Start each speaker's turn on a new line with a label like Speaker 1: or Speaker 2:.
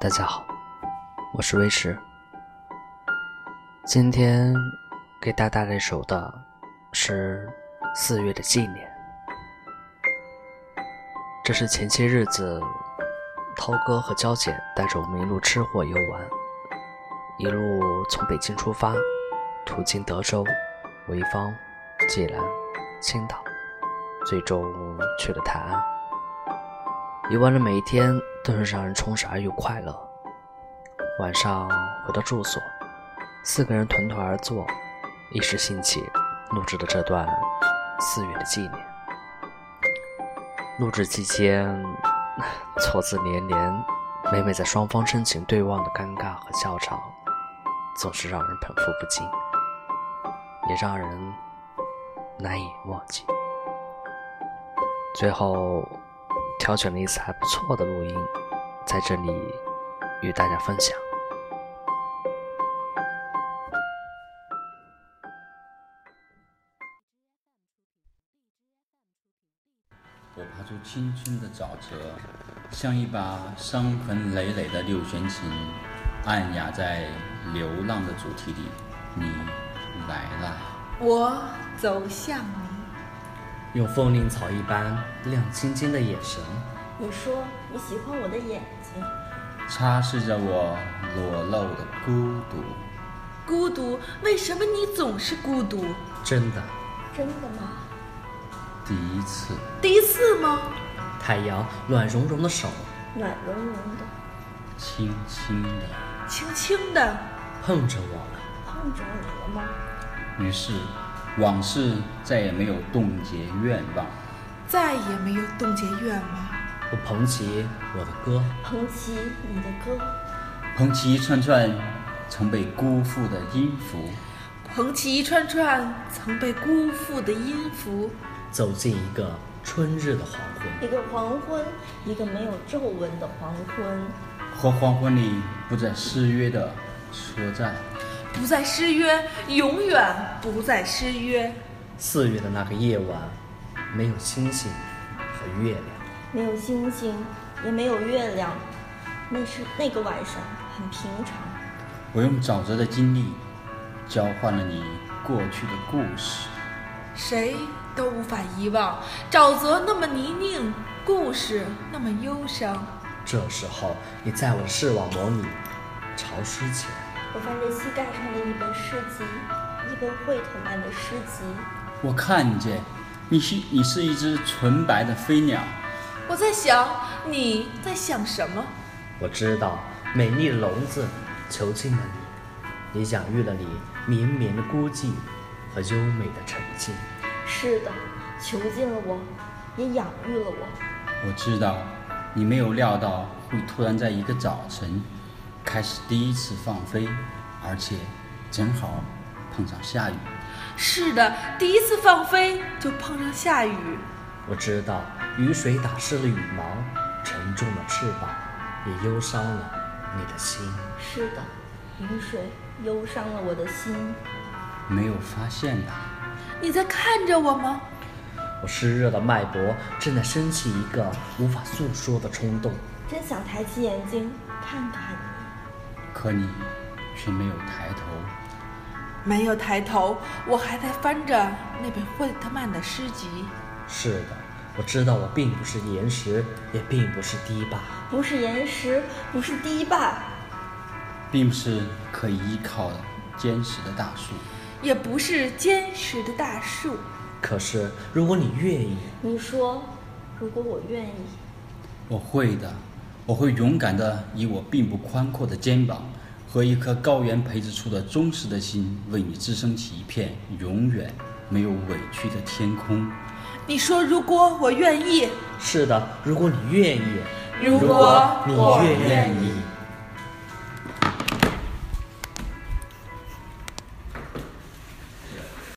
Speaker 1: 大家好，我是微石。今天给大家这首的是《四月的纪念》，这是前些日子涛哥和娇姐带着我们一路吃货游玩，一路从北京出发，途经德州、潍坊、济南、青岛，最终去了泰安。游玩的每一天都是让人充实而又快乐。晚上回到住所，四个人团团而坐，一时兴起录制了这段四月的纪念。录制期间， 错字连连，每每在双方深情对望的尴尬和笑场，总是让人捧腹不禁，也让人难以忘记。最后。挑选了一次还不错的录音，在这里与大家分享。
Speaker 2: 我爬出青春的沼泽，像一把伤痕累累的六弦琴，按压在流浪的主题里。你来啦！
Speaker 3: 我走向你，
Speaker 1: 用风铃草一般亮晶晶的眼神，
Speaker 4: 你说你喜欢我的眼睛，
Speaker 2: 擦拭着我裸露的孤独，
Speaker 3: 孤独，为什么你总是孤独？
Speaker 1: 真的，
Speaker 4: 真的吗？
Speaker 2: 第一次
Speaker 3: 第一次吗？
Speaker 1: 太阳暖融融的手，
Speaker 4: 暖融融的
Speaker 2: 轻轻的。
Speaker 3: 轻轻的，
Speaker 1: 碰着我了，
Speaker 4: 碰着你了吗？
Speaker 2: 于是，往事再也没有冻结愿望。
Speaker 3: 再也没有冻结愿望。
Speaker 1: 我捧起我的歌，
Speaker 4: 捧起你的歌，
Speaker 2: 捧起一串串曾被辜负的音符，
Speaker 3: 捧起一串串曾被辜负的音符，
Speaker 1: 走进一个春日的黄昏，
Speaker 4: 一个黄昏，一个没有皱纹的黄昏，
Speaker 2: 和黄昏里不再失约的车站。
Speaker 3: 不再失约，永远不再失约。
Speaker 1: 四月的那个夜晚，没有星星和月亮，
Speaker 4: 没有星星，也没有月亮。那是那个晚上很平常，
Speaker 2: 我用沼泽的经历交换了你过去的故事，
Speaker 3: 谁都无法遗忘，沼泽那么泥泞，故事那么忧伤。
Speaker 1: 这时候你在我的视网膜里潮湿起来，
Speaker 4: 我翻着膝盖上的一本诗集，一本惠特曼的诗集。
Speaker 2: 我看见你是你是一只纯白的飞鸟，
Speaker 3: 我在想，你在想什么？
Speaker 1: 我知道美丽的笼子囚禁了你，也养育了你绵绵的孤寂和优美的沉静。
Speaker 4: 是的，囚禁了我，也养育了我。
Speaker 2: 我知道你没有料到会突然在一个早晨开始第一次放飞，而且正好碰上下雨。
Speaker 3: 是的，第一次放飞就碰上下雨。
Speaker 1: 我知道雨水打湿了羽毛，沉重的翅膀也忧伤了你的心。
Speaker 4: 是的，雨水忧伤了我的心。
Speaker 2: 没有发现吧？
Speaker 3: 你在看着我吗？
Speaker 1: 我湿热的脉搏正在升起一个无法诉说的冲动。
Speaker 4: 真想抬起眼睛看看你，
Speaker 2: 可你却没有抬头。
Speaker 3: 没有抬头，我还在翻着那本惠特曼的诗集。
Speaker 1: 是的，我知道我并不是岩石，也并不是堤坝。
Speaker 4: 不是岩石，不是堤坝，
Speaker 2: 并不是可以依靠的坚实的大树。
Speaker 3: 也不是坚实的大树。
Speaker 1: 可是如果你愿意，
Speaker 4: 你说，如果我愿意，
Speaker 2: 我会的，我会勇敢的以我并不宽阔的肩膀和一颗高原培植出的忠实的心，为你支撑起一片永远没有委屈的天空。
Speaker 3: 你说，如果我愿意，
Speaker 1: 是的，如果你愿意，
Speaker 3: 如果
Speaker 1: 你
Speaker 3: 我
Speaker 1: 愿
Speaker 2: 意。